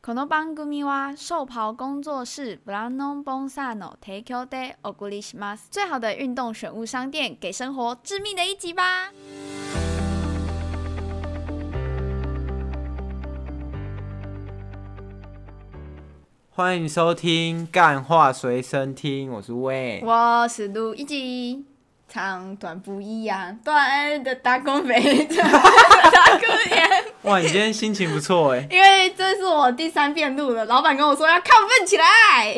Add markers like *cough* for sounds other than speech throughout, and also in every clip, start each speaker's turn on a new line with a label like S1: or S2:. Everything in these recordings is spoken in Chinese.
S1: この番組は寿袍工作室ブランドボンサーの提供でお送りします。最好的运动选物商店，给生活致命的一击吧！
S2: 欢迎收听《干话随身听》，我是魏。
S1: 我是陆一吉，长短不一样，短的打工肥， *laughs* 长的打工人。，
S2: 哇，你今天心情不错哎
S1: *laughs* 因为这是我第三遍录了，老板跟我说要亢奋起来，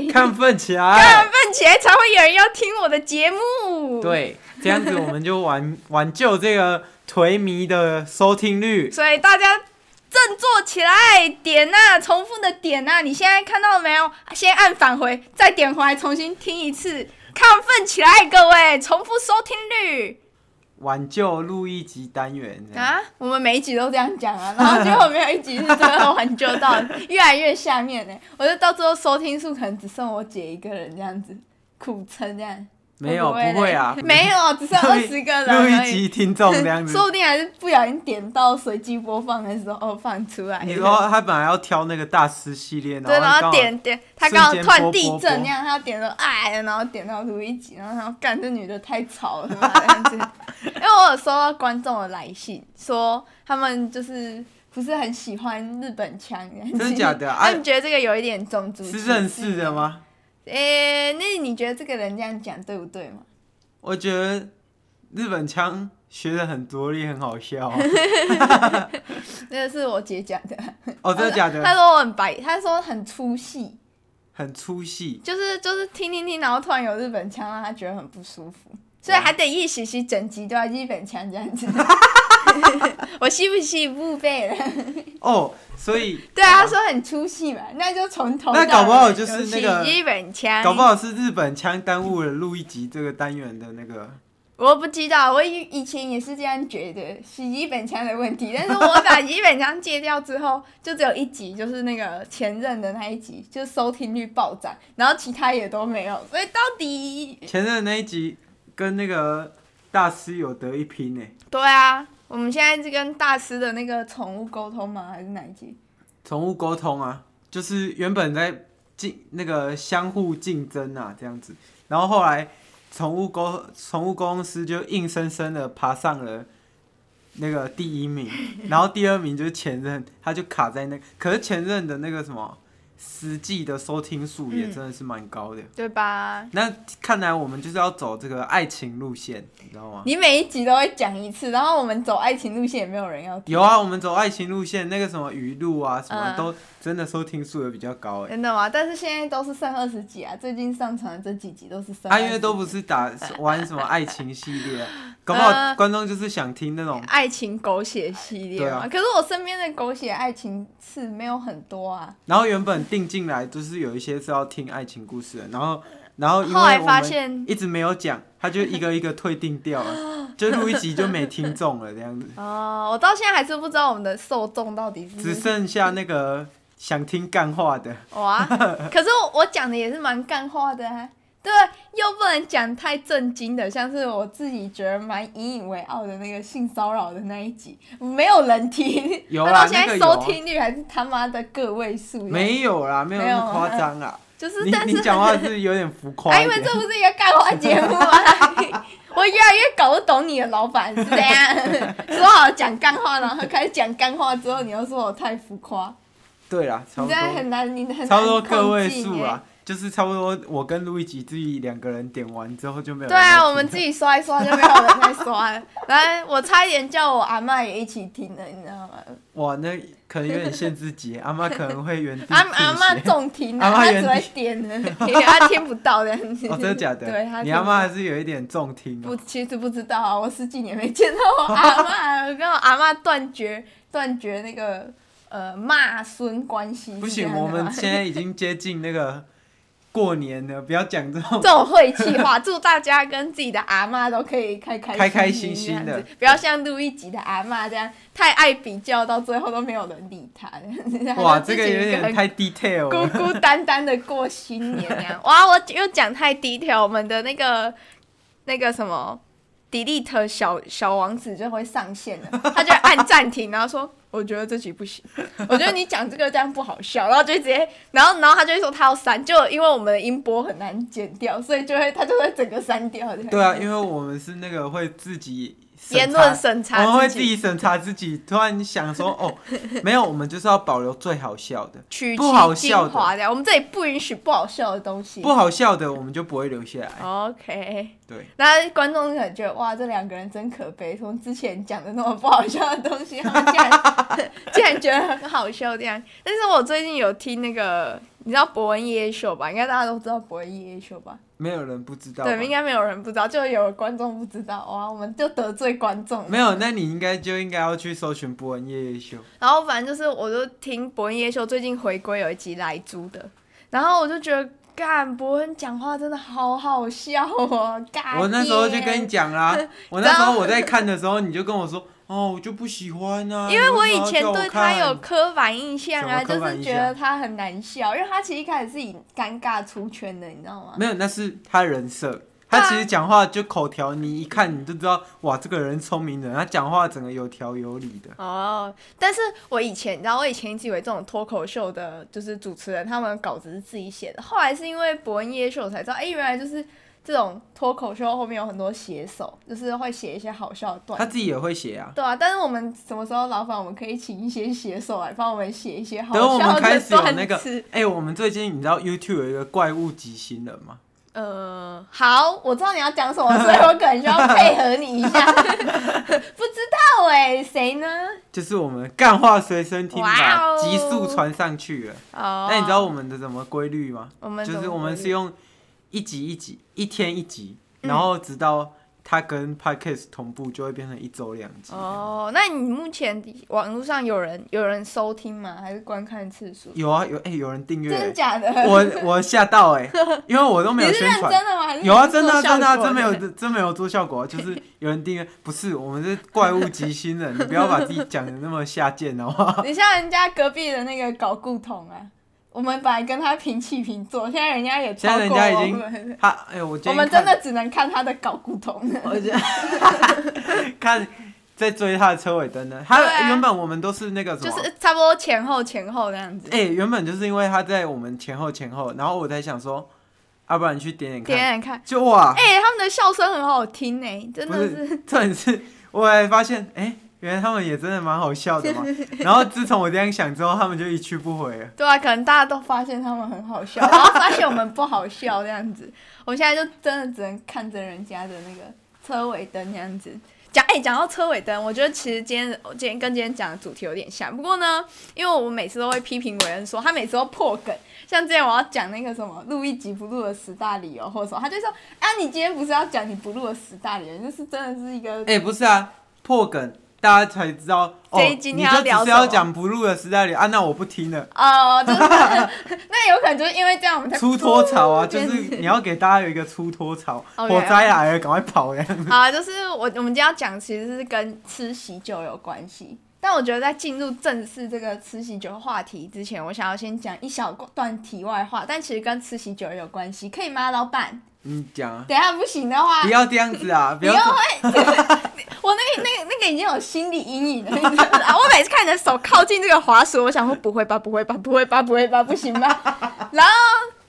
S2: 亢奋起
S1: 亢
S2: 来。
S1: 奋起来才会有人要听我的节目。，
S2: 对，这样子我们就挽挽救这个颓靡的收听
S1: *laughs*
S2: 率。
S1: 所以大家振作起来，点呐、重复的点呐、你现在看到了没有？先按返回，再点回来，重新听一次，亢奋起来，各位，重复收听率
S2: 挽救录一集单元这样，
S1: 啊！我们每一集都这样讲啊，然后结果没有一集是真的挽救到，越来越下面呢、我就到最后收听数可能只剩我姐一个人这样子，苦撑这样。
S2: 没有
S1: 会
S2: 不会啊
S1: 嘞没有，只剩
S2: 录
S1: 二
S2: 一
S1: 十个人
S2: 录
S1: 而
S2: 一
S1: 已。
S2: 集听众这样子
S1: 说。不定还是不小心点到随机播放的时候放出来的。
S2: 你说他本来要挑那个大师系列，
S1: 对，然
S2: 然
S1: 后
S2: 后
S1: 点点，他
S2: 瞬
S1: 刚好
S2: 间
S1: 突然
S2: 播
S1: 地
S2: 播播
S1: 震那样，他点到哎，然后点到录一集，然后他干这女的太吵了，什么的这样子。因为我有收到观众的来信，说他们就是不是很喜欢日本腔，真
S2: 真的假的啊
S1: 他们觉得这个有一点种族
S2: 刚好
S1: 歧
S2: 是
S1: 视
S2: 认识的？吗？
S1: 诶、那你觉得这个人这样讲对不对嘛？
S2: 我觉得日本腔学的很拙劣，很好笑
S1: *laughs*
S2: 啊。
S1: 那个是我姐讲的，
S2: 哦，真的假的
S1: 她？说我很白，她说很粗细，
S2: 很粗
S1: *laughs*
S2: 细。
S1: 就是就是听听听，然后突然有日本腔，让他觉得很不舒服，所以还得一洗洗整集都要日本腔这样
S2: *laughs*
S1: 子。我吸不吸不背了？
S2: 哦，所以
S1: *laughs* 对啊，他说很粗细嘛，那就从头
S2: 那
S1: 到尾
S2: 搞不好就是那个
S1: 有吸日本腔，
S2: 搞不好是日本腔耽误了录一集这个单元的那个。
S1: 我不知道，我以以前也是这样觉得，是日本腔的问题。但是我把日本腔戒掉之后，就只有一集，就是那个前任的那一集，就是收听率暴涨，然后其他也都没有，所以到底
S2: 前任那一集跟那个大师有得一拼呢、
S1: 对啊，我们现在是跟大师的那个宠物沟通吗？还是哪一集？
S2: 宠物沟通啊，就是原本在竞那个相互竞争啊这样子，然后后来宠物沟宠物公司就硬生生的爬上了。那个第一名，然后第二名就是前任，他就卡在那可是前任的那个什么实际的收听数也
S1: 嗯
S2: 真的是蛮高的。
S1: 对吧？
S2: 那看来我们就是要走这个爱情路线，你知道吗？
S1: 你每一集都会讲一次，然后我们走爱情路线也没有人要听。
S2: 有啊，我们走爱情路线，那个什么语录啊，什么
S1: 嗯
S2: 都真的收听数也比较高哎、
S1: 真的吗？但是现在都是剩二十集啊，最近上传的这几集都是剩。
S2: 啊，因为都不是打玩什么爱情系
S1: *laughs*
S2: 列，搞不好
S1: 嗯
S2: 观众就是想听那种
S1: 爱情狗血系列嘛。
S2: 对啊
S1: 可是我身边的狗血爱情是没有很多啊，
S2: 然后原本定进来就是有一些是要听爱情故事的，然后然后因为
S1: 后来
S2: 我
S1: 发
S2: 们
S1: 现
S2: 一直没有讲，他就一个一个退订掉
S1: *laughs*
S2: 了，就录一集就没听众了这样子，
S1: 哦、我到现在还是不知道我们的受众到底
S2: 只
S1: 是
S2: 剩下那个想听干话的， *laughs*
S1: 哇。可是我我讲的也是蛮干话的啊，对，又不能讲太震惊的，像是我自己觉得蛮引以为傲的那个性骚扰的那一集，没有人听，
S2: 有
S1: 那
S2: 啦
S1: 到现在
S2: 那个有
S1: 收
S2: 啊
S1: 听率还是他妈的个位数，，
S2: 没有啦，没有那么夸张啦。
S1: 嗯 *laughs* 就是
S2: 你
S1: 但
S2: 你
S1: 是。
S2: 讲话是有点浮夸
S1: 啊，
S2: 一
S1: 因为
S2: 点
S1: 这。不是一个干话节目啊！我 *laughs* 越来越搞不懂你的老板是怎
S2: *laughs*
S1: 样，说好讲干话，然后开始讲干话之后，你又说我太浮夸，
S2: 对啦，差
S1: 你
S2: 不
S1: 这样很
S2: 多，
S1: 难，你很难欸
S2: 差不多个位
S1: 控制
S2: 数啊
S1: 耶
S2: 啦，就是差不多我跟路易吉自己两个人点完之后就没有人
S1: 对
S2: 在听。
S1: 啊，我们自己刷一刷就没有人在刷了。来，我差一点叫我阿嬷也一起听了，你
S2: *laughs*
S1: 知道吗？
S2: 哇，那可能有点限制
S1: *laughs*
S2: 级，阿妈可能会原地
S1: 阿
S2: 吐
S1: 阿嬷
S2: 血
S1: 重听啊，
S2: 阿嬷
S1: 她
S2: 原
S1: 只会点的， *laughs* 她听不到的。
S2: *laughs* 哦，真的假的？
S1: *laughs* 对，她
S2: 你
S1: 听
S2: 阿
S1: 不
S2: 妈
S1: 到
S2: 还是有一点重听
S1: 不，
S2: 哦。
S1: 其实不知道啊，我十几年没见到我阿妈， *laughs* 我跟我阿妈断绝断绝那个呃骂孙关系。
S2: 不
S1: 是这
S2: 行，
S1: 样的
S2: 我
S1: 吗 *laughs*
S2: 们现在已经接近那个过年了，不要讲这
S1: *laughs*
S2: 种
S1: 这。种晦气
S2: *laughs*
S1: 话，祝大家跟自己的阿妈都可以开开
S2: 开开
S1: 心
S2: 心
S1: 心
S2: 心的
S1: 这样子不要像录一集的阿妈这样太爱比较，到最后都没有人理他。 *laughs*
S2: 哇，这个有
S1: 一
S2: 点
S1: 很
S2: 太 detail
S1: 孤
S2: 了。
S1: 孤单单的过新年那样。哇，我又讲太 detail，我们的那个那个什么 delete 小小王子就会上线了，他就按暂停，然后说我觉得这集不行，我觉得你讲这个这样不好笑，然后就直接，然后然后他就会说他要删，就因为我们的音波很难剪掉，所以就会他就会整个删掉这样。
S2: 对啊，因为我们是那个会自己审查啊
S1: 言论审查
S2: 我们会
S1: 自
S2: 自己
S1: 己
S2: 审查自己。突然想
S1: *laughs*
S2: 说，哦，没有，我们就是要保留最好笑的，
S1: 取
S2: 不好
S1: 其
S2: 笑
S1: 精
S2: 的
S1: 华掉，我们这里不允许不好笑的东西。
S2: 不好笑的我们就不会留下
S1: 哦
S2: 来。
S1: OK，
S2: 对，
S1: 那观众可能觉得哇，这两个人真可悲，从之前讲的那么不好笑的东西，他们竟然竟然觉得很好笑这样。但是我最近有听那个，你知道伯恩夜夜秀吧？应该大家都知道伯恩夜夜秀吧？
S2: 没有人不知道吧。
S1: 对，应该没有人不知道，就有观众不知道哇，我们就得罪观众了。
S2: 没有，那你应该就应该要去搜寻波恩夜夜秀。
S1: 然后反正就是，我就听伯恩夜秀最近回归有一集来租的，然后我就觉得，干伯恩讲话真的好好笑哦，干。
S2: 我那时候就跟你
S1: 你，
S2: 讲
S1: *laughs*
S2: 啦，我那时候我在看的时候，你就跟我说，哦，我就不喜欢啊。
S1: 因为我
S2: 你
S1: 以
S2: 为
S1: 前
S2: 什么要叫
S1: 对
S2: 我
S1: 他
S2: 看
S1: 有刻板印象啊，
S2: 哎什么刻
S1: 就
S2: 板
S1: 是
S2: 印象
S1: 觉得他很难笑，因为他其实一开始是以尴尬出圈的，你知道吗？
S2: 没有，那是他人设。他
S1: 啊
S2: 其实讲话就口条，你一看你就知道，哇，这个人聪明人，他讲话整个有条有理的。
S1: 哦，但是我以前，你知道，我以前一直以为这种脱口秀的，就是主持人他们稿子是自己写的，后来是因为伯恩夜秀我才知道，哎、原来就是这种脱口秀后面有很多写手，就是会写一些好笑的
S2: 他
S1: 段子。
S2: 自己也会写啊。
S1: 对啊，但是我们什么时候老板，我们可以请一些写手来帮我们写一些好
S2: 等我
S1: 笑
S2: 们开
S1: 的
S2: 始有那
S1: *laughs* 段
S2: 个
S1: 子。，
S2: 哎、我们最近你知道 YouTube 有一个怪物级新人吗？
S1: 呃，好，我知道你要讲什么，所以我可能需要配合你一下。
S2: *laughs*
S1: 不知道哎、谁呢？
S2: 就是我们干话随身听
S1: 哇
S2: 把
S1: 哦
S2: 极速传上去了。
S1: 哦，
S2: 那你知道我们的什么规律吗？
S1: 我们
S2: 就
S1: 怎
S2: 是
S1: 么
S2: 我们 E
S1: 回
S2: 是用一集一集，一天一集，
S1: 嗯
S2: 然后直到它跟 Podcast 同步，就会变成一周两集。
S1: 哦，那你目前网络上有人有人收听吗？还是观看次数？
S2: 有啊，有哎、有人订阅、
S1: 真的
S2: 欸，
S1: 假的？
S2: 我我吓到
S1: *laughs*
S2: 哎、因为我都没
S1: 你
S2: 有
S1: 是
S2: 宣
S1: 认真
S2: 传。
S1: 的吗？还是
S2: 有啊，
S1: 你
S2: 真
S1: 是
S2: 的啊
S1: 做效
S2: 真的啊
S1: 果
S2: 真没有。真没有做效果啊，就是有人订阅，不是我们是怪物级新人，你不要把自己讲的那么下贱好吗？
S1: 你像人家隔壁的那个搞固桶啊，我们本来跟他平起平坐，现在人家也超
S2: 现在人
S1: 过
S2: 家已
S1: 我
S2: 经
S1: 们。
S2: 他哎、我今
S1: 我
S2: 天
S1: 们
S2: 看
S1: 真，的只能看他的搞固桶。
S2: 我今天 *laughs* 看在追他的车尾灯呢，他、
S1: 对啊
S2: 原本我们都是那个什
S1: 就
S2: 么，
S1: 是差不多前后前后那样子，
S2: 哎、原本就是因为他在我们前后前后，然后我才想说，要、不然你去点点看，
S1: 点点看。
S2: 就哇， *laughs*
S1: 哎、他们的笑声很好听哎、真
S2: 不
S1: 的是 *laughs*
S2: 是，重点是我还发现，哎、原来他们也真的蛮好笑
S1: *laughs*
S2: 的嘛。然后自从我这样想之后，他们就一去不回了。
S1: 对啊，可能大家都发现他们很好笑，然后发现我们不好笑这样子。 *laughs* 我现在就真的只能看着人家的那个车尾灯这样子。讲哎，讲、到车尾灯，我觉得其实今天我今天跟今天讲的主题有点像，不过呢，因为我每次都会批评韦恩说他每次都破梗，像之前我要讲那个什么录一集不录的十大理由或者什么，他就说啊，你今天不是要讲你不录的十大理由，就是真的是一个
S2: 哎、不是啊，破梗，大家才知道哦。
S1: 这一今天要
S2: 你就
S1: 聊
S2: 只是
S1: 什么
S2: 要讲不录的时代里啊，那我不听了。
S1: 哦，就是 *laughs* 那有可能就是因为这样我们才
S2: 出
S1: *laughs*
S2: 脱槽啊，就
S1: 变
S2: 是
S1: *laughs*
S2: 你要给大家有一个出脱槽，
S1: OK
S2: 火灾来了赶快跑呀！ *laughs*
S1: 好啊，就是我我们今天要讲，其实是跟吃喜酒有关系。但我觉得在进入正式这个吃喜酒话题之前，我想要先讲一小段题外话，但其实跟吃喜酒有关系，可以吗，老板？
S2: 你讲啊，
S1: 等一下不行的话
S2: 不，要这样子啊，不要
S1: 你又
S2: 这 *laughs*
S1: 我那个那个那个已经有心理阴影了。你知道吗我每次看你的手靠近这个滑鼠，我想说不会吧，不会吧，不会吧，不会吧，不行吧？然后。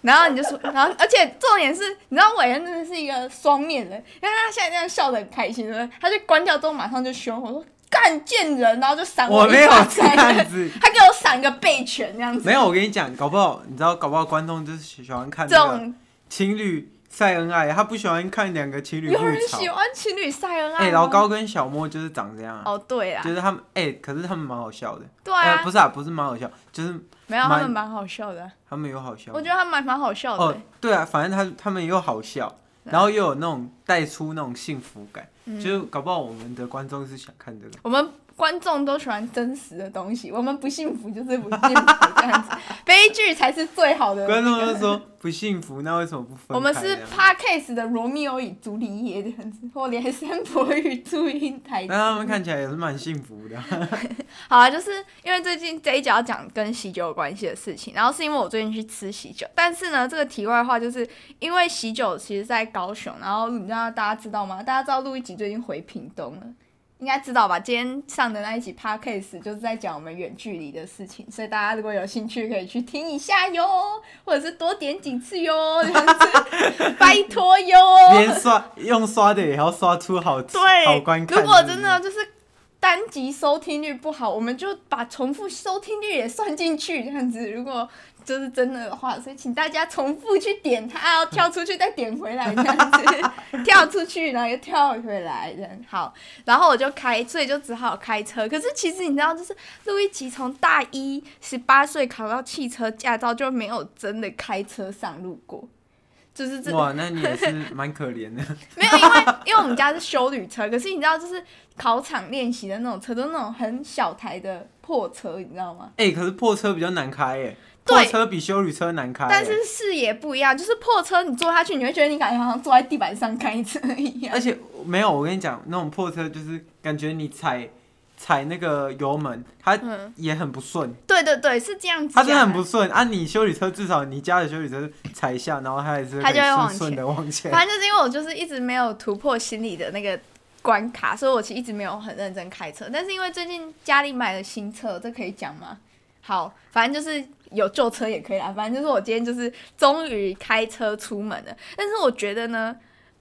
S1: 然后你就说，然后而且重点是，你知道伟恩真的是一个双面人，因为他现在这样笑得很开心，对不对？他就关掉之后马上就凶我说干贱人，然后就闪
S2: 我
S1: 一
S2: 没有
S1: 巴
S2: 这
S1: 掌，
S2: 样子。
S1: 他给我闪个背拳这样
S2: *laughs*
S1: 子，
S2: 没有，我跟你讲，搞不好你知道，搞不好观众就是喜欢看
S1: 这
S2: 那个
S1: 种
S2: 情侣晒恩爱，他不喜欢看两个情侣
S1: 有
S2: 互
S1: 人
S2: 吵。
S1: 喜欢啊情侣晒恩爱吗
S2: 哎、老高跟小莫就是长这样啊，
S1: 哦对啦
S2: 就，是他们哎、可是他们蛮好笑的。
S1: 对啊，
S2: 呃不是啊，不是蛮好笑，就是
S1: 没有他
S2: 蛮
S1: 们蛮好笑的，
S2: 他们有好笑。
S1: 我觉得啊他们蛮蛮好笑的、欸
S2: 哦，对啊，反正他他们又好笑，然后又有那种带出那种幸福感，
S1: 嗯
S2: 就是搞不好我们的观众是想看这个。*laughs*
S1: 我们观众都喜欢真实的东西，我们不幸福就是不幸福这样子。毕悲剧才是最好的。
S2: 观众就说不幸福，那为什么不分开？
S1: 我们是
S2: 这样
S1: podcast 的罗密欧与朱丽叶这样子，或连森博与祝英台。
S2: 但他们看起来也是蛮幸福的。
S1: 好啊，就是因为最近这一集要讲跟喜酒有关系的事情，然后是因为我最近去吃喜酒，但是呢，这个题外话就是因为喜酒其实在高雄，然后你知道大家知道吗？大家知道陆一吉最近回屏东了。应该知道吧？今天上的那一集 podcast 就是在讲我们远距离的事情，所以大家如果有兴趣可以去听一下哟，或者是多点几次哟，这样子拜托哟。
S2: 连刷用刷的也要刷出好吃
S1: 哦对，
S2: 好观看。
S1: 如果真的就是单集收听率不好，我们就把重复收听率也算进去，这样子。如果就是真的的话，所以请大家重复去点它哦，跳出去再点回来，这样子，跳出去然后又跳回来，这样好。然后我就开，所以就只好开车。可是其实你知道，就是路易吉从大一十八岁考到汽车驾照，就没有真的开车上路过。就是真的
S2: 哇，那你也是蛮可怜
S1: *laughs*
S2: 的。
S1: 没有，因为因为我们家是修旅车，可是你知道，就是考场练习的那种车，都是那种很小台的破车，你知道吗？
S2: 哎、可是破车比较难开耶，
S1: 对
S2: 破车比修理车难开耶。
S1: 但是视野不一样，就是破车你坐下去，你会觉得你感觉好像坐在地板上看车一样
S2: 而。且没有，我跟你讲，那种破车就是感觉你踩踩那个油门，它
S1: 嗯
S2: 也很不顺，
S1: 对对对，是这样子。
S2: 它真的很不。顺。啊，你修理车至少你家的修理车踩一下，然后它也是
S1: 它就会往
S2: 顺顺的往前。
S1: *laughs* 反正就是因为我就是一直没有突破心里的那个关卡，所以我其实一直没有很认真开车。但是因为最近家里买了新车，这可以讲吗？好，反正就是有旧车也可以啦。反正就是我今天就是终于开车出门了。但是我觉得呢，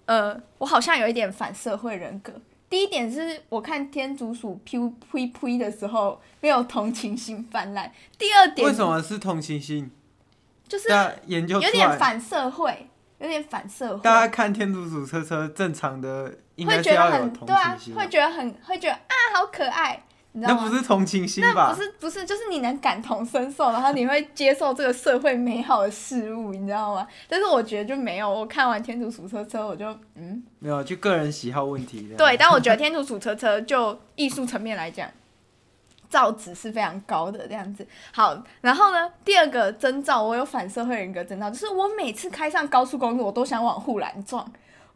S1: 呃，我好像有一点反社会人格。第一点是我看天竺鼠噗噗噗的时候没有同情心泛滥。第二点
S2: 为什么是同情心？
S1: 就是
S2: 大家研究
S1: 有
S2: 出
S1: 点
S2: 来，
S1: 反社会，有点反社会。
S2: 大家看天竺鼠车车正常的应
S1: 会
S2: 该是
S1: 觉得
S2: 要有
S1: 很
S2: 同
S1: 对啊
S2: 情，心吧，
S1: 会觉得很会觉得啊，好可爱，你知道
S2: 那
S1: 吗？
S2: 不是同情心
S1: 那
S2: 吧
S1: 不？是不是，就是你能感同身受，然后你会接受这个社会美好的事物，你知道吗？但是我觉得就没有，我看完《天竺鼠车车》，我就嗯，
S2: 没有，就个人喜好问题这样。
S1: 对，但我觉得《天竺鼠车车》就艺术层面来讲，造纸是非常高的这样子。好，然后呢，第二个征兆，我有反社会人格征兆，就是我每次开上高速公路，我都想往护栏撞。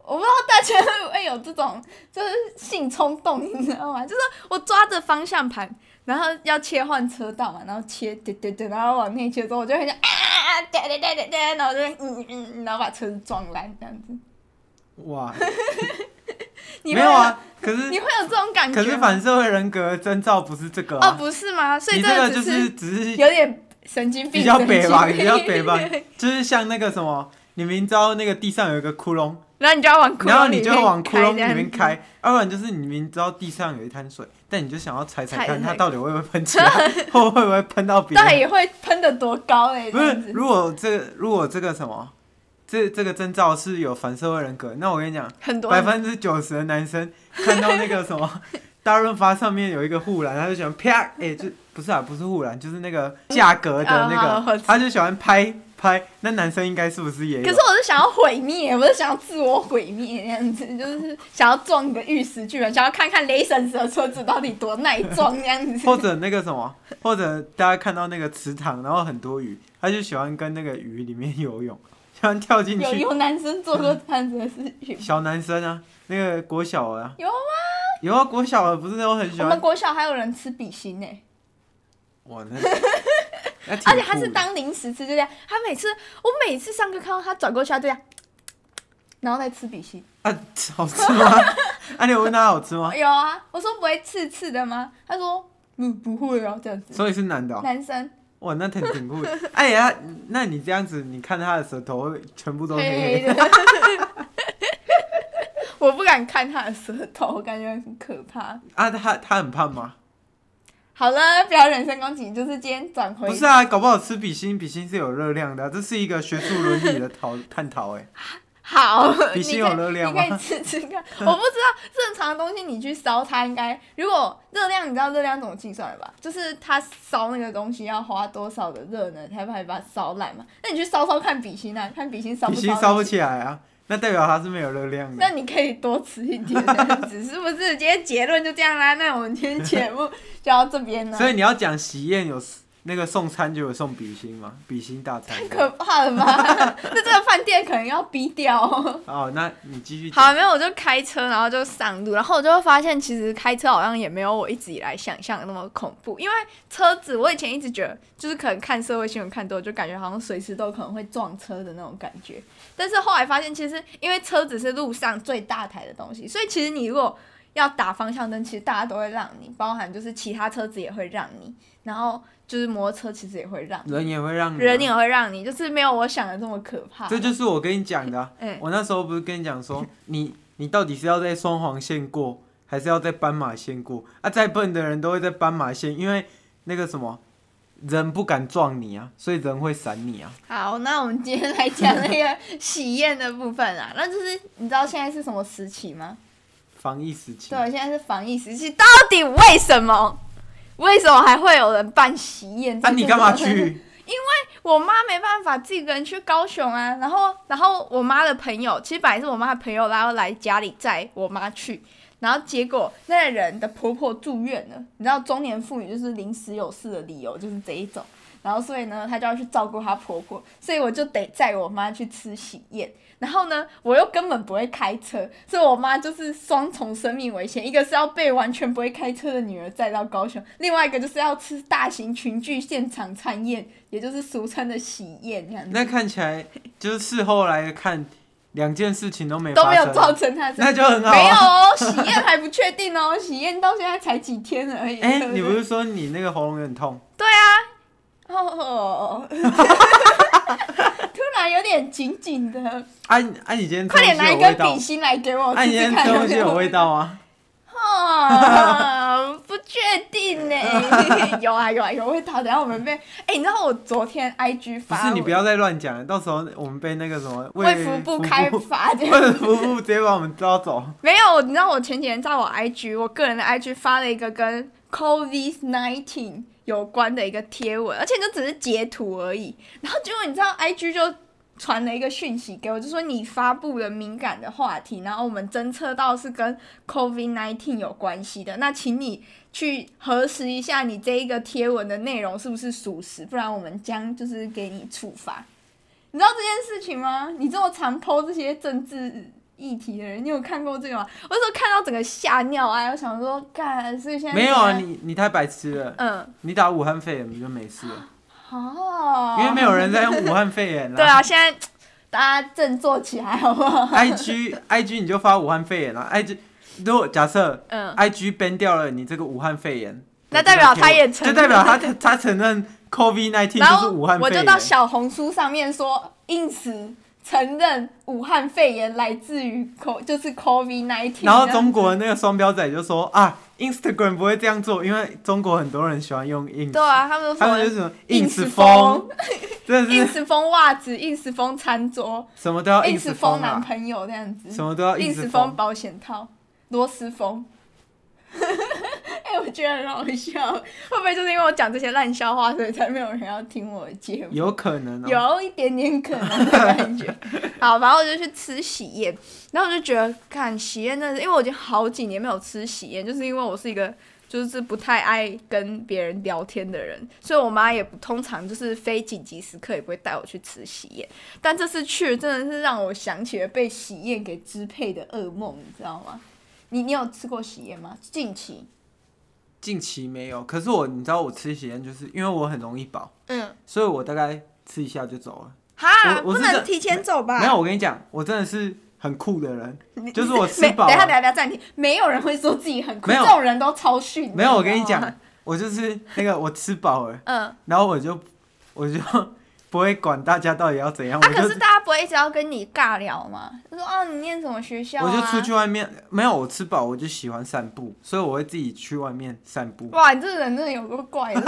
S1: 我不知道大家会不会有这种就是性冲动，你知道吗？就是我抓着方向盘，然后要切换车道嘛，然后切对对对，然后往内切之后，我就很想啊，对对对对对，然后就嗯嗯，嗯然后把车子撞烂这样子。
S2: 哇，
S1: *laughs* 你
S2: 没
S1: 会
S2: 有啊，可
S1: 有？
S2: 是
S1: 你会有这种感觉
S2: 可
S1: 吗？
S2: 是反社会人格征兆不是这个
S1: 哦，
S2: 啊，
S1: 不是吗？所以
S2: 你
S1: 这
S2: 这个
S1: 个
S2: 就
S1: 只
S2: 是只是
S1: 有点神经病，
S2: 比较
S1: 神
S2: 北
S1: 经
S2: 吧，
S1: 病，
S2: 比较北吧就是像那个什么，你明知道那个地上有一个窟窿，
S1: *laughs* 然后你就要往窟窿
S2: 然后你就往窟窿
S1: 里
S2: 里面
S1: 面开
S2: 开，要不然就是你明知道地上有一滩水，但你就想要踩踩
S1: 踩
S2: 看
S1: 踩
S2: 它到底会不会喷
S1: *laughs*
S2: 起来，或会不会喷到
S1: 这
S2: 别
S1: 样子，到
S2: 人。
S1: 底会喷的多高嘞、欸？
S2: 不
S1: 这
S2: 是
S1: 样，子
S2: 如果这个如果这个什么，这这个征兆是有反社会人格，那我跟你讲，
S1: 很多啊
S2: 百
S1: 人
S2: 分之九十的男生看到那个什
S1: *laughs*
S2: 么大润发上面有一个护栏，他就喜欢啪，哎、就不是啊，不是护栏，就是那个 *laughs* 价格的
S1: 啊
S2: 那
S1: 好我
S2: 个，
S1: 知
S2: 他就喜欢拍拍。那男生应该是不是也有？
S1: 可是我是想要毁灭，我是想要自我毁灭这样子， *laughs* 就是想要撞个玉石巨人，想要看看雷神的车子到底多耐撞这样
S2: *laughs* *laughs*
S1: 子。
S2: 或者那个什么，或者大家看到那个池塘，然后很多鱼，他就喜欢跟那个鱼里面游泳，喜欢跳进
S1: 有
S2: 去。
S1: 有男生做过这样子的事情？
S2: 小男生啊，那个国小啊，
S1: 有吗？
S2: 有啊，国小的不是都很喜
S1: 我们
S2: 欢？
S1: 国小还有人吃比心呢、
S2: 哇，
S1: *laughs*
S2: 那那挺
S1: 而且他
S2: 酷
S1: 是
S2: 的
S1: 当零食吃，就这样。他每次我每次上课看到他转过去，他就这样，然后再吃比心。
S2: 啊，好吃吗？ *laughs* 啊，你有问他好吃吗？
S1: 有啊，我说不会刺刺的吗？他说嗯不会啊，这样子。
S2: 所以是男的、哦，
S1: 男生
S2: 哇，那挺挺酷的。 *laughs* 哎呀，那你这样子，你看他的舌头会全部都
S1: 黑
S2: 黑黑
S1: 黑
S2: 的。
S1: 的， *laughs* 我不敢看他的舌头，我感觉很可怕。
S2: 啊，他他很胖吗？
S1: 好了，不要人身攻击，就是今天转回
S2: 不是啊，搞不好吃比心，比心是有热量的啊、这是一个学术伦理的
S1: *laughs*
S2: 讨探讨。哎，
S1: 好，
S2: 比
S1: 你
S2: 心
S1: 可以
S2: 有热量吗
S1: 你可以吃吃
S2: *laughs*
S1: 看，我不知道正常的东西你去烧它应该，如果热量你知道热量怎么计算了吧？就是它烧那个东西要花多少的热能才把把它烧烂嘛？那你去烧烧看比心啊，看比心烧
S2: 比
S1: 不
S2: 心
S1: 烧？
S2: 烧不。起来啊，那代表它是没有热量
S1: *laughs* 那
S2: 的。
S1: 你可以多吃一点，这样子是不是？今天结论就这样啦。那我们今天节目就到这边了。
S2: 所以你要讲喜宴有那个送餐就有送比心嘛，比心大餐。
S1: 太可怕了吧？ *laughs* 那这个饭店可能要逼掉哦。
S2: 哦，那你继 *laughs* 续讲。
S1: 好，没有，我就开车，然后就上路，然后我就会发现，其实开车好像也没有我一直以来想象的那么恐怖，因为车子我以前一直觉得，就是可能看社会新闻看多，就感觉好像随时都可能会撞车的那种感觉。但是后来发现，其实因为车子是路上最大台的东西，所以其实你如果要打方向灯，其实大家都会让你，包含就是其他车子也会让你，然后就是摩托车其实也会让你，
S2: 人也会让你啊
S1: 人也会让你，就是没有我想的这么可怕。
S2: 这就是我跟你讲的啊、
S1: 嗯
S2: 我那时候不是跟你讲
S1: *laughs*
S2: 说，你你到底是要在双黄线过，还是要在斑马线过？啊，再笨的人都会在斑马线，因为那个什么，人不敢撞你啊，所以人会闪你啊。
S1: 好，那我们今天来讲那个喜宴的部分
S2: *laughs*
S1: 啊。那就是你知道现在是什么时期吗？
S2: 防疫时期啊
S1: 对，，啊现在是防疫时期。到底为什么？为什么还会有人办喜宴？
S2: 啊，你干嘛？去？
S1: 我妈没办法自己一个人去高雄啊。然后，然后我妈的朋友，其实本来是我妈的朋友，然后来家里载我妈去。然后结果那个人的婆婆住院了，你知道中年妇女就是临时有事的理由就是这一种。然后所以呢，她就要去照顾她婆婆，所以我就得载我妈去吃喜宴。然后呢，我又根本不会开车，所以我妈就是双重生命危险，一个是要被完全不会开车的女儿载到高雄，另外一个就是要吃大型群聚现场餐宴，也就是俗称的喜宴这样子，
S2: *laughs* 那看起来就是事后来看，两件事情都没
S1: *laughs* 都
S2: 发
S1: 没有造
S2: 生。
S1: 成她的
S2: 那就很好啊
S1: 没有哦，喜宴还不确定哦， *laughs* 喜宴到现在才几天而已。
S2: 哎、
S1: 对
S2: 你
S1: 对
S2: 不是说你那个喉咙有点痛？ *laughs*
S1: 哦，突然有点紧紧的，
S2: 啊啊，你今天吃
S1: 快点
S2: 东
S1: 拿
S2: 西
S1: 一
S2: 有
S1: 根
S2: 味道
S1: 笔？芯来给我
S2: 啊，
S1: 试
S2: 你今
S1: 试
S2: 天
S1: 看
S2: 吃
S1: 有
S2: 东西
S1: 没
S2: 有味
S1: 有。
S2: 道吗？
S1: 哦，不确
S2: *laughs*
S1: 定呢，有啊有啊有味道。等下我们被，哎、你知道我昨天 IG
S2: 不
S1: 发
S2: 是，你不
S1: 要
S2: 要再乱讲了，到时候我们被那个什么
S1: 为服部开发这样。
S2: *laughs*
S1: *laughs*
S2: 卫福部直接把我们抓走。
S1: 没有，你知道我前几天在我 IG，我个人的 IG 发了一个跟 COVID nineteen 有关的一个贴文，而且就只是截图而已。然后结果你知道 IG 就传了一个讯息给我，就说你发布了敏感的话题，然后我们侦测到是跟 COVID nineteen 有关系的，那请你去核实一下你这一个贴文的内容是不是属实，不然我们将就是给你处罚。你知道这件事情吗？你这么常剖这些政治议题的人，你有看过这个吗？我那时候看到整个吓尿啊！我想说，干，所以现在
S2: 没有
S1: 这
S2: 啊，
S1: 样
S2: 你你太白痴了，
S1: 嗯，
S2: 你打武汉肺炎你就没事了，
S1: 哦，
S2: 因为没有人在用武汉肺炎啦。
S1: *laughs* 对啊，现在大家振作起来好不好？
S2: i g IG 你就发武汉肺炎啦，IG 如果假设
S1: 嗯，
S2: IG ban 掉了你这个武汉肺炎，
S1: 那代表他也承
S2: 就代表他他他承认 COVID 1 9
S1: *laughs* 然
S2: 就是
S1: 后
S2: 武汉肺
S1: 我就
S2: 炎。
S1: 到小红书上面说，因此承认武汉肺炎来自于 CO 就是 COVID nineteen，啊
S2: 然后中国的那个双标仔就说啊，Instagram 不会这样做，因为中国很多人喜欢用 ins，
S1: 对啊，他们
S2: 他们
S1: 说
S2: 就是什么
S1: ins
S2: ins 风，真的是
S1: ins 风袜子，ins 风餐桌
S2: 什么都要
S1: ，ins
S2: 风
S1: 风男
S2: 啊，
S1: 朋友这样子
S2: 什么都要
S1: ，ins
S2: 风
S1: 风。保险套，螺丝风。 *laughs* 哎、我觉得很好笑，会不会就是因为我讲这些烂笑话，所以才没有人要听我的节目？
S2: 有可能哦、
S1: 有一点点可能的
S2: *laughs*
S1: 感觉。好，反正我就去吃喜宴，然后我就觉得，看喜宴真的是，因为我已经好几年没有吃喜宴，就是因为我是一个就是不太爱跟别人聊天的人，所以我妈也不通常就是非紧急时刻也不会带我去吃喜宴。但这次去真的是让我想起了被喜宴给支配的噩梦，你知道吗？你你有吃过喜宴吗？近期？
S2: 近期没有，可是我你知道我吃喜宴，就是因为我很容易饱，
S1: 嗯，
S2: 所以我大概吃一下就走了。
S1: 哈，
S2: 我我
S1: 不
S2: 是
S1: 能
S2: 真
S1: 提前走吧？
S2: 没有，我跟你讲，我真的是很酷的人，
S1: 你
S2: 就是我吃饱
S1: 没等一下，
S2: 了
S1: 等一下，等一下，暂停。没有人会说自己很酷，
S2: 没有
S1: 这种人都超逊。
S2: 没有，我跟你
S1: 你知道吗
S2: 讲，，我就是那个我吃饱了，
S1: 嗯，
S2: 然后我就我就不会管大家到底要怎样，
S1: 啊，
S2: 我
S1: 可
S2: 就是
S1: 大家不会一直要跟你尬聊嘛？就说啊，你念什么学校、啊？
S2: 我就出去。外面，没有我吃饱我就喜欢散步，所以我会自己去外面散步。
S1: 哇，你这个人真的有够怪的！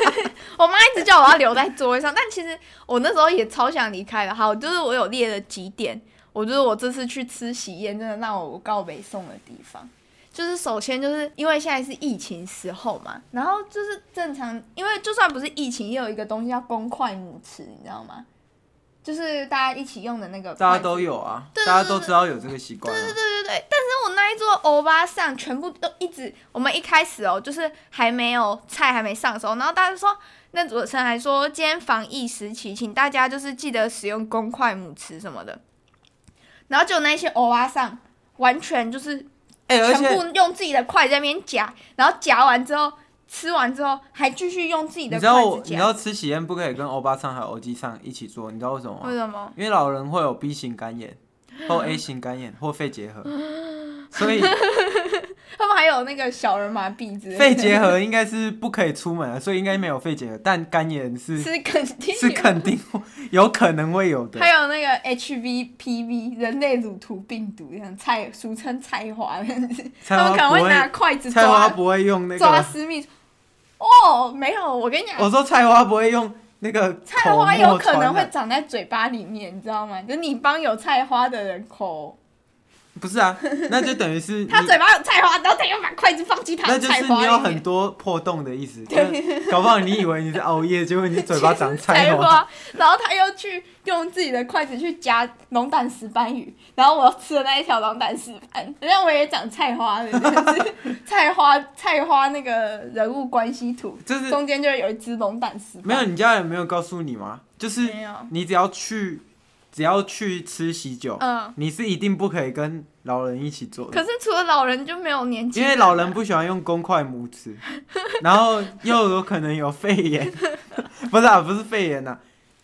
S1: *laughs* 我妈一直叫我要留在座位上，但其实我那时候也超想离开的。好，就是我有列了几点，我觉得我这次去吃喜宴真的让我告北宋的地方。就是首先就是因为现在是疫情时候嘛，然后就是正常，因为就算不是疫情，也有一个东西叫公筷母匙，你知道吗？就是大家一起用的那个筷子，
S2: 大家都有啊，
S1: 对对
S2: 大家都知道有这个习惯、啊。
S1: 对对对，但是我那一桌欧巴上全部都一直，我们一开始哦，就是还没有菜还没上的时候，然后大家就说那主持人还说，今天防疫时期，请大家就是记得使用公筷母匙什么的。然后就那些欧巴上完全就是
S2: 哎、而
S1: 全
S2: 且
S1: 部用自己的筷在那边夹，然后夹完之后吃完之后还继续用自己
S2: 你
S1: 的
S2: 知道
S1: 筷
S2: 我
S1: 子
S2: 你知
S1: 夹，
S2: 道吃喜宴不可以跟欧巴桑还有欧基桑一起做，你知道为什么吗
S1: 为？什么？
S2: 因为老人会有 B 型肝炎、或
S1: *laughs*
S2: A 型肝炎或肺结核，所以
S1: 他们还有那个小儿麻痹之类的。
S2: 肺结核应该是不可以出门的，所以应该没有肺结核，但肝炎是
S1: 是肯定
S2: 是肯定会有可能会有的
S1: 还。有那个 HVPV 人类乳头病毒，这样菜俗称菜花这样子，
S2: 菜
S1: 他们可能
S2: 花不
S1: 会拿
S2: 会，
S1: 筷子
S2: 菜花
S1: 抓
S2: 不会用那
S1: 抓
S2: 个，
S1: 私密处。哦，没有，我跟你讲，
S2: 我说菜花不会用那个
S1: 菜花
S2: 口
S1: 有
S2: 沫
S1: 可
S2: 传
S1: 能会
S2: 染
S1: 长在嘴巴里面，你知道吗？就你帮有菜花的人口，
S2: 不是啊，那就等于是你
S1: *laughs* 他嘴巴有菜花，然后他又把筷子放 *laughs* 进他
S2: 那
S1: 的
S2: 就是
S1: 菜
S2: 你有
S1: 花里
S2: 很
S1: 面。
S2: 多破洞的意思，就是搞不好你以为你在熬夜，结果你嘴巴长菜
S1: *laughs* 菜
S2: 花。
S1: 花，然后他又去用自己的筷子去夹龙胆石斑鱼，然后我又吃了那一条龙胆石斑，人家我也长菜花了，就是 *laughs* 菜花菜花那个人物关系图，
S2: 就是
S1: 中间就有一只龙胆石斑，
S2: 没有，你家人没有告诉你吗？就是
S1: 没有
S2: 你只要去，只要去吃喜酒，
S1: 嗯，
S2: 你是一定不可以跟老人一起做的，
S1: 可是除了老人就没有年轻
S2: 因
S1: 啊，
S2: 为老人不喜欢用公筷母匙，
S1: *laughs*
S2: 然后又有可能有肺炎， *laughs* 不是啊，不是肺炎呐、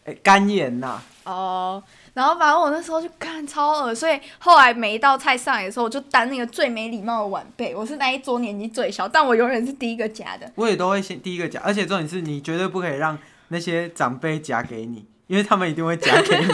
S2: 哎肝炎呐、
S1: 哦，然后反正我那时候就看超恶，所以后来每一道菜上来的时候，我就当那个最没礼貌的晚辈，我是那一桌年纪最小，但我永远是第一个夹的。
S2: 我也都会先第一个夹，而且重点是你绝对不可以让那些长辈夹给你，因为他们一定会夹给你。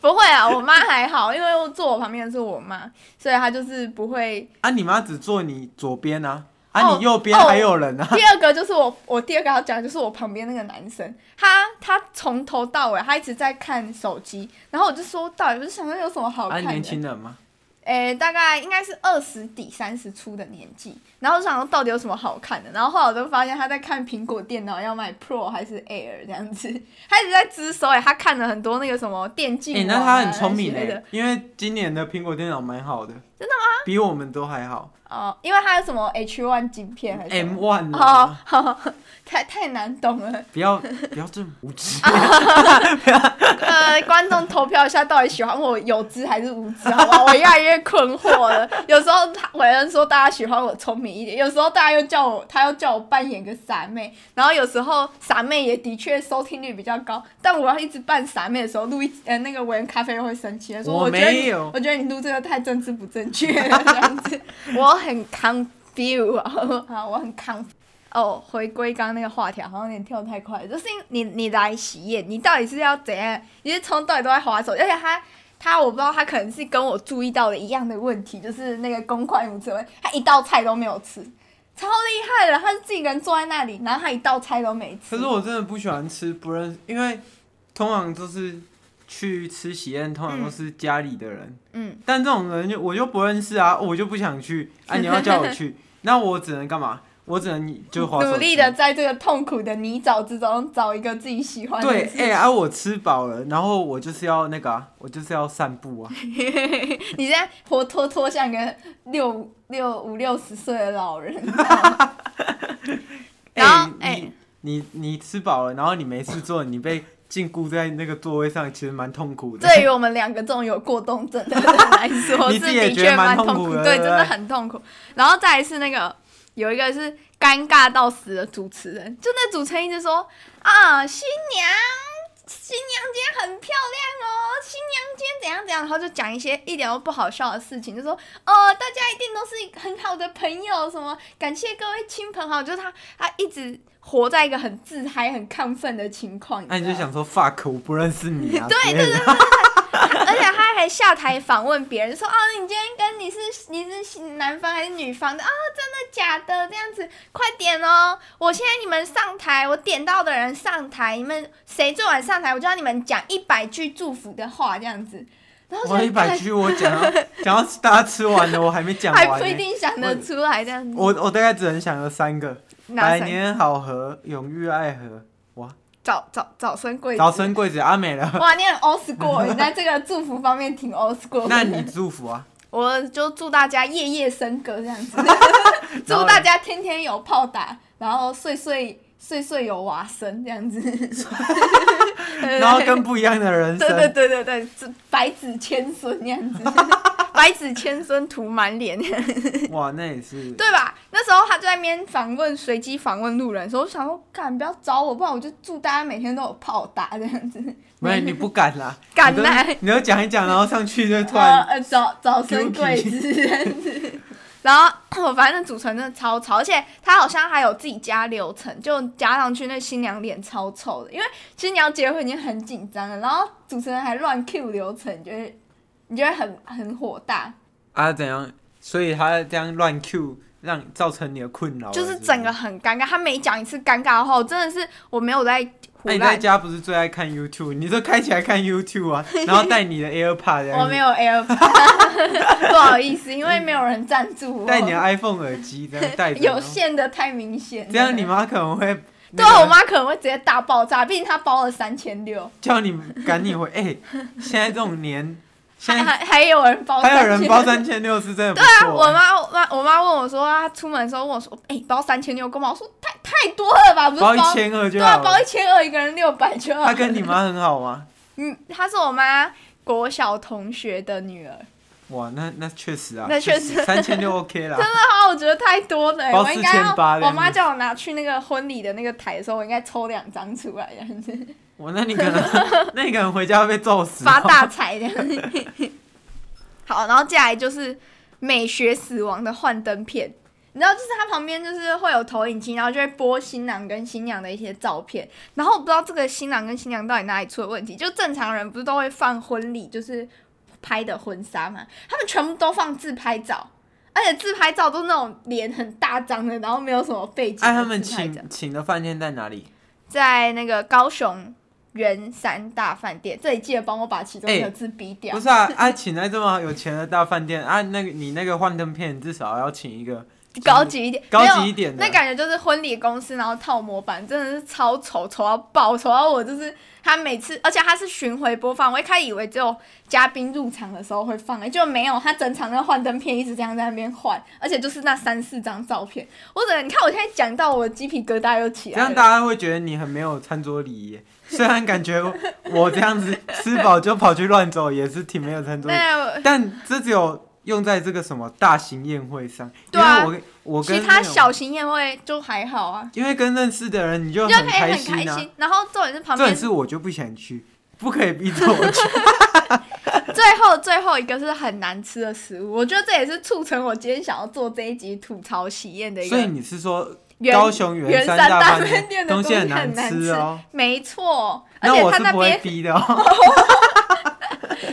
S1: 不会啊，我妈还好，因为坐我旁边的是我妈，所以她就是不会。
S2: 啊，你妈只坐你左边啊，
S1: 哦
S2: 啊，你右边
S1: 哦
S2: 还有人啊，
S1: 第二个就是我， *laughs* 我第二个要讲的就是我旁边那个男生，他他从头到尾他一直在看手机，然后我就说到底，我就想说有什么好
S2: 啊，
S1: 看的？
S2: 年轻人嘛，
S1: 诶、大概应该是二十底三十出的年纪，然后我想说到底有什么好看的，然后后来我就发现他在看苹果电脑要买 Pro 还是 Air 这样子，他一直在只手诶，他看了很多那个什么电竞、
S2: 哎、
S1: 啊
S2: 那他很聪明
S1: 那些的
S2: 哎，因为今年的苹果电脑蛮好的，真的吗？比我们都还好
S1: 哦，因为他有什么 H1 晶片还是什
S2: ，M
S1: 么
S2: One
S1: 哦
S2: 啊，，
S1: 好 *laughs* 太太难懂了，
S2: 不要不要这么无知，
S1: 啊呃，观众投票一下，到底喜欢我有知还是无知，好不好？我越来越困惑了。 *laughs* 有时候他伟恩说大家喜欢我聪明一点，有时候大家又叫我，他又叫我扮演个傻妹，然后有时候傻妹也的确收听率比较高，但我要一直扮傻妹的时候，录一呃那个伟恩咖啡又会生气，他说
S2: 我
S1: 觉得
S2: 没
S1: 你
S2: 有
S1: 我觉得你录这个太政治不正确了，这样子，我很 confused，好，我很 conf。哦，回归刚刚那个话题，好像有点跳太快了。就是因你你来喜宴，你到底是要怎样？你是从头到尾都在划手，而且他他我不知道他可能是跟我注意到的一样的问题，就是那个公筷母匙问，他一道菜都没有吃，超厉害的。他是自己一个人坐在那里，然后他一道菜都没吃。
S2: *laughs* 可是我真的不喜欢吃不认识，因为通常都是去吃喜宴，通常都是家里的人，
S1: 嗯，
S2: 但这种人就我就不认识啊，我就不想去啊，你要叫我
S1: *laughs*
S2: 去，那我只能干嘛？我只能就滑手机
S1: 努力的在这个痛苦的泥沼之中找一个哦自己喜欢的
S2: 对，
S1: 事
S2: 哎、啊，我吃饱了，然后我就是要那个、啊，我就是要散步
S1: *laughs*
S2: 啊。
S1: 你现在活脱脱像个六六五六十岁的老人。你知道吗
S2: *laughs*
S1: 然后哎、
S2: 哎、你你你吃饱了，然后你没事做，你被禁锢在那个座位上，其实蛮痛苦的。
S1: 对于我们两个这种有过动症的人来
S2: *laughs*
S1: 说，
S2: 你
S1: 是
S2: 自己也
S1: 的
S2: 觉得
S1: 确
S2: 蛮
S1: 蛮
S2: 痛
S1: 痛
S2: 苦
S1: 苦，
S2: 的
S1: 对，
S2: 对不
S1: 真的
S2: 对
S1: 很痛苦。然后再来是那个有一个是尴尬到死的主持人，就那主持人一直说啊，新娘。新娘今天很漂亮哦，新娘今天怎样怎样，然后就讲一些一点都不好笑的事情，就说哦，大家一定都是很好的朋友，什么感谢各位亲朋好友，就是他他一直活在一个很自嗨、很亢奋的情况。
S2: *laughs* 那、你就
S1: 知道
S2: 想
S1: 吗
S2: 说 fuck，我不认识你啊。
S1: *laughs* 对
S2: 之类的
S1: 而且他还下台访问别人，说啊，你今天跟你是你是男方还是女方的啊？真的假的？这样子，快点哦！我现在你们上台，我点到的人上台，你们谁最晚上台，我就要你们讲一百句祝福的话，这样子。然
S2: *laughs*
S1: 后
S2: 我一百句我讲
S1: *laughs*
S2: 到讲到大家吃完了，我还没讲
S1: 还
S2: 完
S1: 不
S2: 呢、
S1: 一定想得出来这样子。
S2: 我我大概只能想了三个：
S1: 哪
S2: 百
S1: 三
S2: 年好合、永浴爱河、
S1: 早早早生贵子。
S2: 早生贵子。阿、美
S1: *laughs*
S2: 了，
S1: 哇，你很 old school，你在这个祝福方面挺 old school 的。
S2: *laughs* 那你祝福啊？
S1: *laughs* 我就祝大家夜夜笙歌这样子，
S2: 然
S1: 祝
S2: 后
S1: 大家天天有炮打，然后岁岁岁岁有娃生这样子，
S2: 然后跟不一样的人
S1: *laughs* 对对
S2: 生，
S1: 对对对，这百子千孙那样子，百子千孙涂满脸，
S2: 哇，那也是，
S1: 对吧？那时候他就在那边访问，随机访问路人的时候，我想说，干不要找我，不然我就祝大家每天都有炮打这样子。
S2: 没有你不敢啦，
S1: 敢
S2: 你都
S1: 啦
S2: 你都讲一讲，然后上去就突
S1: 呃
S2: 然，
S1: 呃，早早生贵子这样子。然后哦反正组成真的超吵，而且他好像还有自己加流程，就加上去那新娘脸超臭的，因为其实你要结婚已经很紧张了，然后主持人还乱 Q 流程，你就会你就会很很火大，
S2: 啊怎样？所以他这样乱 Q，让造成你的困扰了，
S1: 就是
S2: 不
S1: 整个。很尴尬。他每讲一次尴尬后，真的是我没有在胡
S2: 那、哎你在
S1: 乱，
S2: 家不是最爱看 YouTube？你都开起来看 YouTube 啊，然后带你的 AirPod，这样子
S1: 我没有 air，不 *laughs* 好意思，因为没有人赞助我，
S2: 带你的 iPhone 耳机这样戴着，
S1: *laughs* 有线的太明显了，
S2: 这样你妈可能会那
S1: *laughs* 对啊
S2: 个
S1: 我妈可能会直接大爆炸，毕竟她包了三千六，
S2: 叫你赶紧
S1: *laughs*
S2: 回。哎、现在这种年，现
S1: 还
S2: 在
S1: 还还有人包，
S2: 还有人包。三千六是真的不
S1: 对啊，
S2: 错、
S1: 我妈我妈我妈问我说，她出门的时候问我说，哎、包三千六，干嘛？我说太太多了吧，不是
S2: 包一千二就
S1: 对啊，
S2: 好
S1: 包
S2: 了
S1: 一。千二一个人六百就好了。
S2: 她跟你妈很好吗？
S1: 嗯，她是我妈国小同学的女儿，
S2: 哇，那那确实啊，
S1: 那确实
S2: 三千
S1: *laughs*
S2: 六 OK 啦
S1: 真。的啊，我觉得太多了、
S2: 包
S1: 我应该要
S2: 4800
S1: 我妈叫我拿去那个婚礼的那个台的时候，我应该抽两张出来，这样子
S2: 哇，那你可能那你可能回家会被揍
S1: *laughs*
S2: 死、哦
S1: 发大财这样子。好，然后接下来就是美学死亡的幻灯片，你知道，就是它旁边就是会有投影机，然后就会播新郎跟新娘的一些照片。然后我不知道这个新郎跟新娘到底哪里出了问题，就正常人不是都会放婚礼就是拍的婚纱嘛，他们全部都放自拍照。而且自拍照都是那种脸很大张的，然后没有什么
S2: *laughs*
S1: 背景的自拍
S2: 哎、
S1: 照。
S2: 他们请请的饭店在哪里？
S1: 在那个高雄圆山大饭店，这里记得帮我把其中一个
S2: 哎
S1: 字逼掉。
S2: 不是啊，啊，请在这么有钱的大饭店啊，那个你那个幻灯片至少要请一
S1: *laughs*
S2: 个
S1: 高级一点，
S2: 高
S1: 没
S2: 级
S1: 有
S2: 一点的。
S1: 那感觉就是婚礼公司，然后套模板，真的是超丑，丑到爆，丑到我就是他每次，而且他是巡回播放，我一开始以为只有嘉宾入场的时候会放、欸，就没有，他整场那个幻灯片一直这样在那边换，而且就是那三四张照片，我整个你看我现在讲到我的鸡皮疙瘩又起
S2: 这
S1: 来
S2: 样
S1: 了，
S2: 大家会觉得你很没有餐桌礼仪耶。虽然感觉我这样子吃饱就跑去乱走也是挺没有餐桌礼仪，
S1: 那
S2: 但这只有用在这个什么大型宴会上。
S1: 对啊
S2: 因为我我跟
S1: 其他
S2: 那种
S1: 小型宴会就还好啊，
S2: 因为跟认识的人你就
S1: 就可以
S2: 很
S1: 很
S2: 开
S1: 开
S2: 心啊。
S1: 心，然后重点是旁
S2: 这
S1: 边
S2: 点是我就不想去，不可以逼着我
S1: *laughs*
S2: 去。
S1: 最后最后一个是很难吃的食物，我觉得这也是促成我今天想要做这一集吐槽喜宴的一
S2: 所以
S1: 个
S2: 你是说
S1: 原
S2: 高雄
S1: 原
S2: 山
S1: 山
S2: 大
S1: 饭店的
S2: 东
S1: 东
S2: 西
S1: 西
S2: 很
S1: 难
S2: 吃哦？
S1: 没错，而
S2: 那
S1: 且
S2: 我
S1: 他
S2: 是
S1: 那
S2: 不会
S1: 边
S2: 逼的
S1: *laughs*
S2: 哦。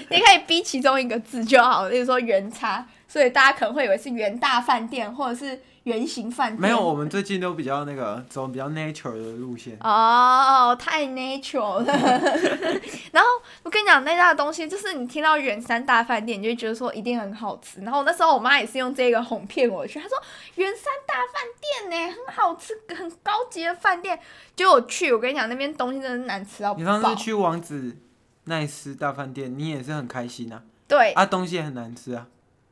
S1: 你可以逼其中一个字就好，例如说原差，所以大家可能会以为是原大饭店或者是圆形饭店。
S2: 没有，我们最近都比较那个走比较 nature 的路线。
S1: 哦，太 natural 了。 *laughs* 然后我跟你讲，那家的东西就是你听到圆山大饭店，你就会觉得说一定很好吃。然后那时候我妈也是用这个哄骗我去，她说圆山大饭店呢、很好吃，很高级的饭店。结果我去，我跟你讲，那边东西真的是难吃到
S2: 你上
S1: 爆
S2: 次。去王子奈斯大饭店，你也是很开心啊，
S1: 对，
S2: 啊，东西也很难吃啊。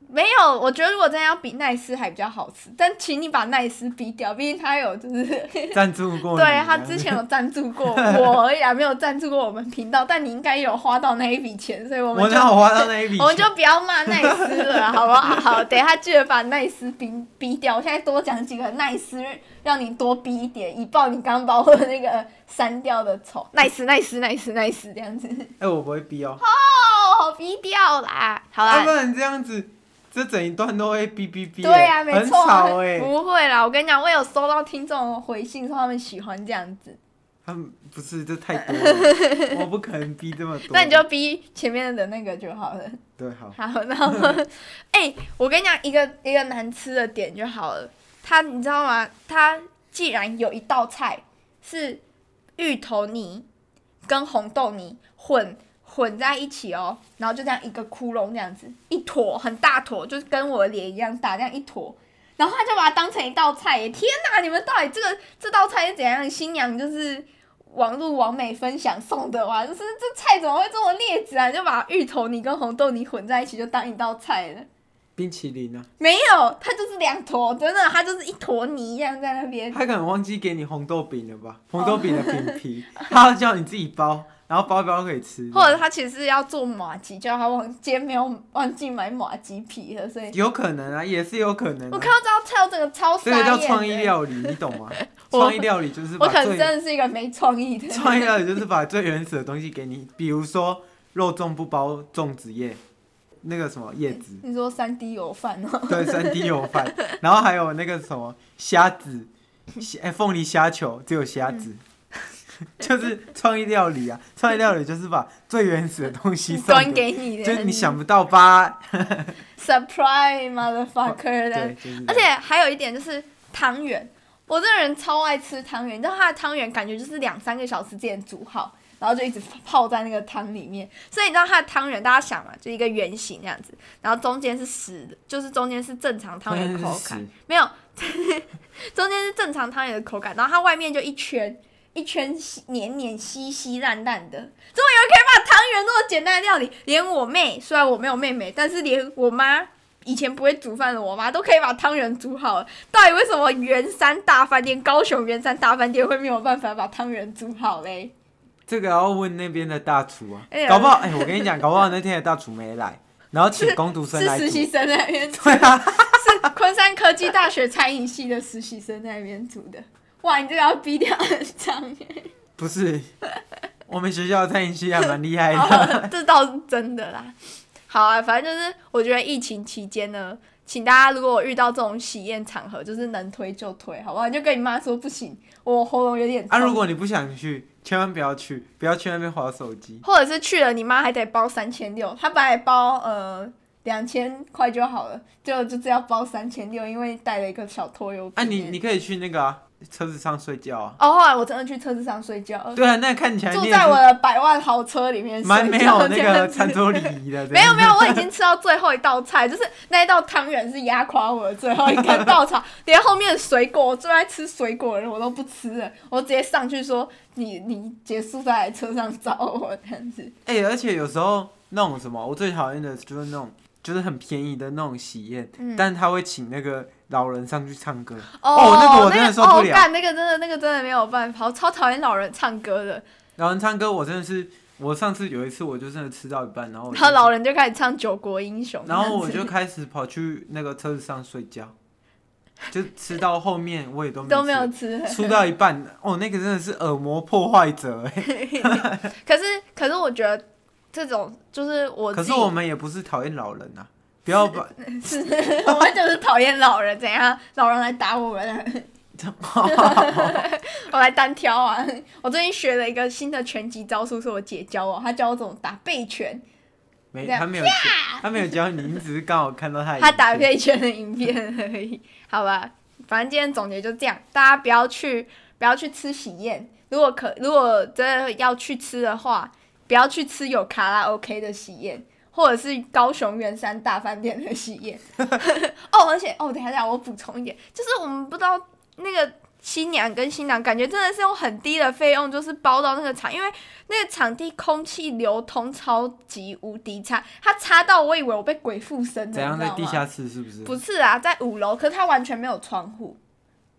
S1: 没有，我觉得如果真的要比奈斯还比较好吃，但请你把奈斯逼掉，毕竟他有就是。
S2: 赞助过你
S1: 对
S2: 啊
S1: 他之前有赞助过我而已啊，没有赞助过我们频道，但你应该有花到那一笔钱，所以我们
S2: 我
S1: 就
S2: 哪有花到那一笔钱？
S1: 我们就不要骂奈斯
S2: *laughs*
S1: 了，好不好？好，等一下记得把奈斯逼逼掉。我现在多讲几个奈斯，让你多逼一点，以报你刚刚把我那个删掉的丑。奈斯，奈斯，奈斯，奈斯，这样子。
S2: 哎、我不会逼哦，
S1: 哦，逼掉啦，好
S2: 要、
S1: 啦
S2: 不。然这样子，这整一段都会逼逼逼、
S1: 对呀、
S2: 哎
S1: 没
S2: 很
S1: 错啊、
S2: 吵哎、
S1: 不会啦。我跟你讲，我有收到听众的回信，说他们喜欢这样子，
S2: 他们不是这太多
S1: *laughs*
S2: 了，我不可能逼这么多。
S1: 那你就逼前面的那个就好了。
S2: 对好，
S1: 好，然后，哎、我跟你讲一个一个难吃的点就好了。它你知道吗？它既然有一道菜是芋头泥跟红豆泥混混在一起哦，然后就这样一个窟窿这样子，一坨很大坨，就是跟我的脸一样大，这样一坨。然后他就把它当成一道菜耶！天哪，你们到底这个这道菜是怎样？新娘就是网络网美分享送的哇，就是这菜怎么会这么劣质啊？你就把芋头泥跟红豆泥混在一起，就当一道菜了。
S2: 冰淇淋啊，
S1: 没有，它就是两坨，真的，它就是一坨泥一样在那边。
S2: 他可能忘记给你红豆饼了吧？红豆饼的饼皮，他叫你自己包，然后包一包可以吃。
S1: 哦或者他其实是要做马吉，就他忘今天没有忘记买马吉皮了，所以
S2: 有可能啊，也是有可能、
S1: 我
S2: 啊。
S1: 看到这样跳这个超傻
S2: 这个叫
S1: 眼
S2: 创意
S1: 的
S2: 料理，你懂吗？
S1: 我
S2: 创意料理就是
S1: 我
S2: 把
S1: 可能
S2: 最
S1: 真的是一个没创意的人。
S2: 创意料理就是把最原始的东西给你，比如说肉粽不包粽子叶，那个什么叶子，
S1: 你说三 D 油饭哦，
S2: 对，三 D 油饭，然后还有那个什么虾子，虾哎凤、梨虾球只有虾子，
S1: 嗯
S2: *laughs* 就是创意料理啊，创意料理就是把最原始的东西送
S1: *laughs* 端，嗯给嗯你的，
S2: 就是你想不到吧？
S1: surprise motherfucker 的
S2: 哦对，就是这样
S1: 啊而且还有一点就是汤圆，我这个人超爱吃汤圆，你知道它的汤圆感觉就是两三个小时之前煮好，然后就一直泡在那个汤里面，所以你知道它的汤圆，大家想嘛，就一个圆形这样子，然后中间是实的，就是中间是正常汤圆的口
S2: 真
S1: 感
S2: 是，
S1: 没有， *laughs* 中间是正常汤圆的口感，然后它外面就一圈。一圈稀黏黏稀稀烂烂的，怎么有人可以把汤圆做简单的料理？连我妹，虽然我没有妹妹，但是连我妈以前不会煮饭的我妈都可以把汤圆煮好了，到底为什么圆山大饭店、高雄圆山大饭店会没有办法把汤圆煮好嘞？
S2: 这个要问那边的大厨啊
S1: 哎，呀
S2: 搞不好哎、我跟你讲，搞不好那天的大厨没来，然后请工读生
S1: 是
S2: 来
S1: 实
S2: 煮，
S1: 习生在那边煮，
S2: 对啊，
S1: 是昆山科技大学餐饮系的实习生在那边煮的。哇，你这个要逼掉很长耶！
S2: 不是，我们学校的餐饮系还蛮厉害的。
S1: 哦 *laughs* 这倒是真的啦。好啊，反正就是我觉得疫情期间呢，请大家如果遇到这种喜宴场合，就是能推就推，好不好？你就跟你妈说不行，我喉咙有点
S2: 啊，
S1: 痛
S2: 如果你不想去，千万不要去，不要去那边划手机。
S1: 或者是去了，你妈还得包三千六，她本来包呃两千块就好了，结果就这样包三千六，因为带了一个小拖油
S2: 啊，
S1: 瓶。欸
S2: 你你可以去那个啊，车子上睡觉啊。
S1: 哦，后来我真的去车子上睡觉了，
S2: 对啊，那看起来
S1: 住
S2: 你也
S1: 哦在我
S2: 是
S1: 的百万豪车里面睡觉，
S2: 蛮没有那
S1: 这
S2: 个
S1: 样子
S2: 餐桌礼仪
S1: *laughs*
S2: 的。
S1: 没有没有，我已经吃到最后一道菜，就是那一道汤圆是压垮我的最后一根稻草，连后面的水果，我最爱吃水果的人我都不吃了，我直接上去说你你结束再来车上找我这样子。
S2: *laughs* 哎、而且有时候那种什么，我最讨厌的就是那种，就是很便宜的那种喜宴，
S1: 嗯
S2: 但他会请那个老人上去唱歌。
S1: 哦，
S2: 那个我真的受不了
S1: 那个哦干、那个真的，那个真的没有办法，我超讨厌老人唱歌的。
S2: 老人唱歌，我真的是，我上次有一次，我就真的吃到一半，然后我
S1: 然后
S2: 就
S1: 老人就开始唱《九国英雄》，
S2: 然后我
S1: 这样
S2: 就
S1: 子
S2: 开始跑去那个车子上睡觉，就吃到后面我也都没
S1: 都没有
S2: 吃 *laughs*
S1: 吃。
S2: 出到一半，哦，那个真的是耳膜破坏者哎、
S1: 可是可是我觉得这种就是我
S2: 可
S1: 自己，
S2: 是我们也不是讨厌老人啊，不要
S1: *laughs*
S2: 把
S1: 是我们就是讨厌老人，怎样？老人来打我们了，我来单挑啊！我最近学了一个新的拳击招数，是我姐教我，她教我怎么打背拳。
S2: 没
S1: 这样
S2: 他没有教 *laughs* 他没有教你，你只是刚好看到他的
S1: 他
S2: 影
S1: 打
S2: 片
S1: 配圈的影片而已，好吧。反正今天总结就这样，大家不要去不要去吃喜宴，如果可如果真的要去吃的话，不要去吃有卡拉 OK 的喜宴，或者是高雄圆山大饭店的喜宴。 *laughs* 哦，而且哦，等一下等一下，我补充一点，就是我们不知道那个新娘跟新郎，感觉真的是用很低的费用，就是包到那个场，因为那个场地空气流通超级无敌差，它差到我以为我被鬼附身了，
S2: 怎样
S1: 你知
S2: 在
S1: 道
S2: 地
S1: 吗
S2: 下室是不是？
S1: 不是啊，在五楼，可是它完全没有窗户，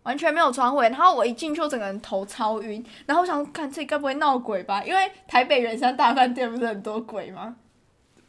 S1: 完全没有窗户。然后我一进去，我整个人头超晕。然后我想，看这该不会闹鬼吧？因为台北圆山大饭店不是很多鬼吗？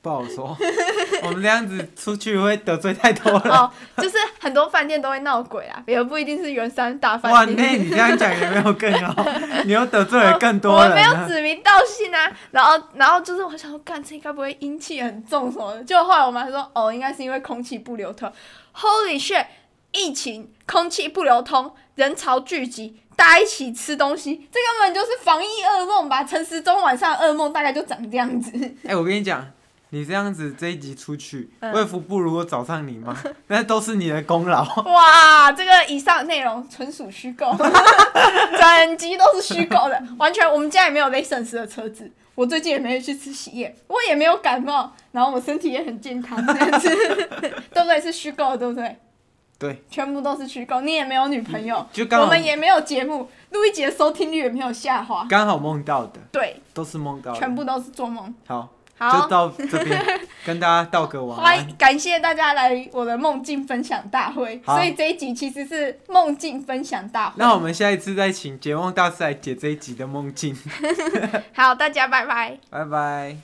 S2: 不好说， *laughs* 我们这样子出去会得罪太多了。
S1: 哦，就是很多饭店都会闹鬼啊，也不一定是圆山大
S2: 哇，那
S1: 饭店。
S2: 你这样讲有没有更
S1: *laughs*
S2: 好？你又得罪了更
S1: 哦我
S2: 多
S1: 们没
S2: 人
S1: 有
S2: 啊。
S1: 指名道姓啊，然后，然后就是我想说，干这该不会阴气很重什么的？就后来我妈说，哦，应该是因为空气不流通。Holy shit！疫情，空气不流通，人潮聚集，大家一起吃东西，这根本就是防疫噩梦吧？陈时中晚上的噩梦大概就长这样子。
S2: 哎、我跟你讲，你这样子这一集出去，
S1: 嗯
S2: 卫福部如果找上你
S1: *laughs*
S2: 吗？那都是你的功劳。
S1: 哇，这个以上内容纯属虚
S2: *laughs*
S1: 构，整集都是虚构的，完全我们家也没有雷神斯的车子，我最近也没有去吃喜宴，我也没有感冒，然后我身体也很健康，这样子 *laughs* 对不对？是虚构的，对不对？
S2: 对，
S1: 全部都是虚构，你也没有女朋友，
S2: 嗯就刚
S1: 我
S2: 好
S1: 们也没有节目，录一节收听率也没有下滑，
S2: 刚好梦到的，
S1: 对，
S2: 都是梦到的。
S1: 全部都是做梦。
S2: 好，就
S1: 好，
S2: 到这边跟大家道个晚
S1: 欢
S2: 安。
S1: 迎感谢大家来我的梦境分享大会，
S2: 好
S1: 所以这一集其实是梦境分享大会。
S2: 那我们下一次再请解梦大师来解这一集的梦境，
S1: 好，大家拜拜。
S2: 拜拜。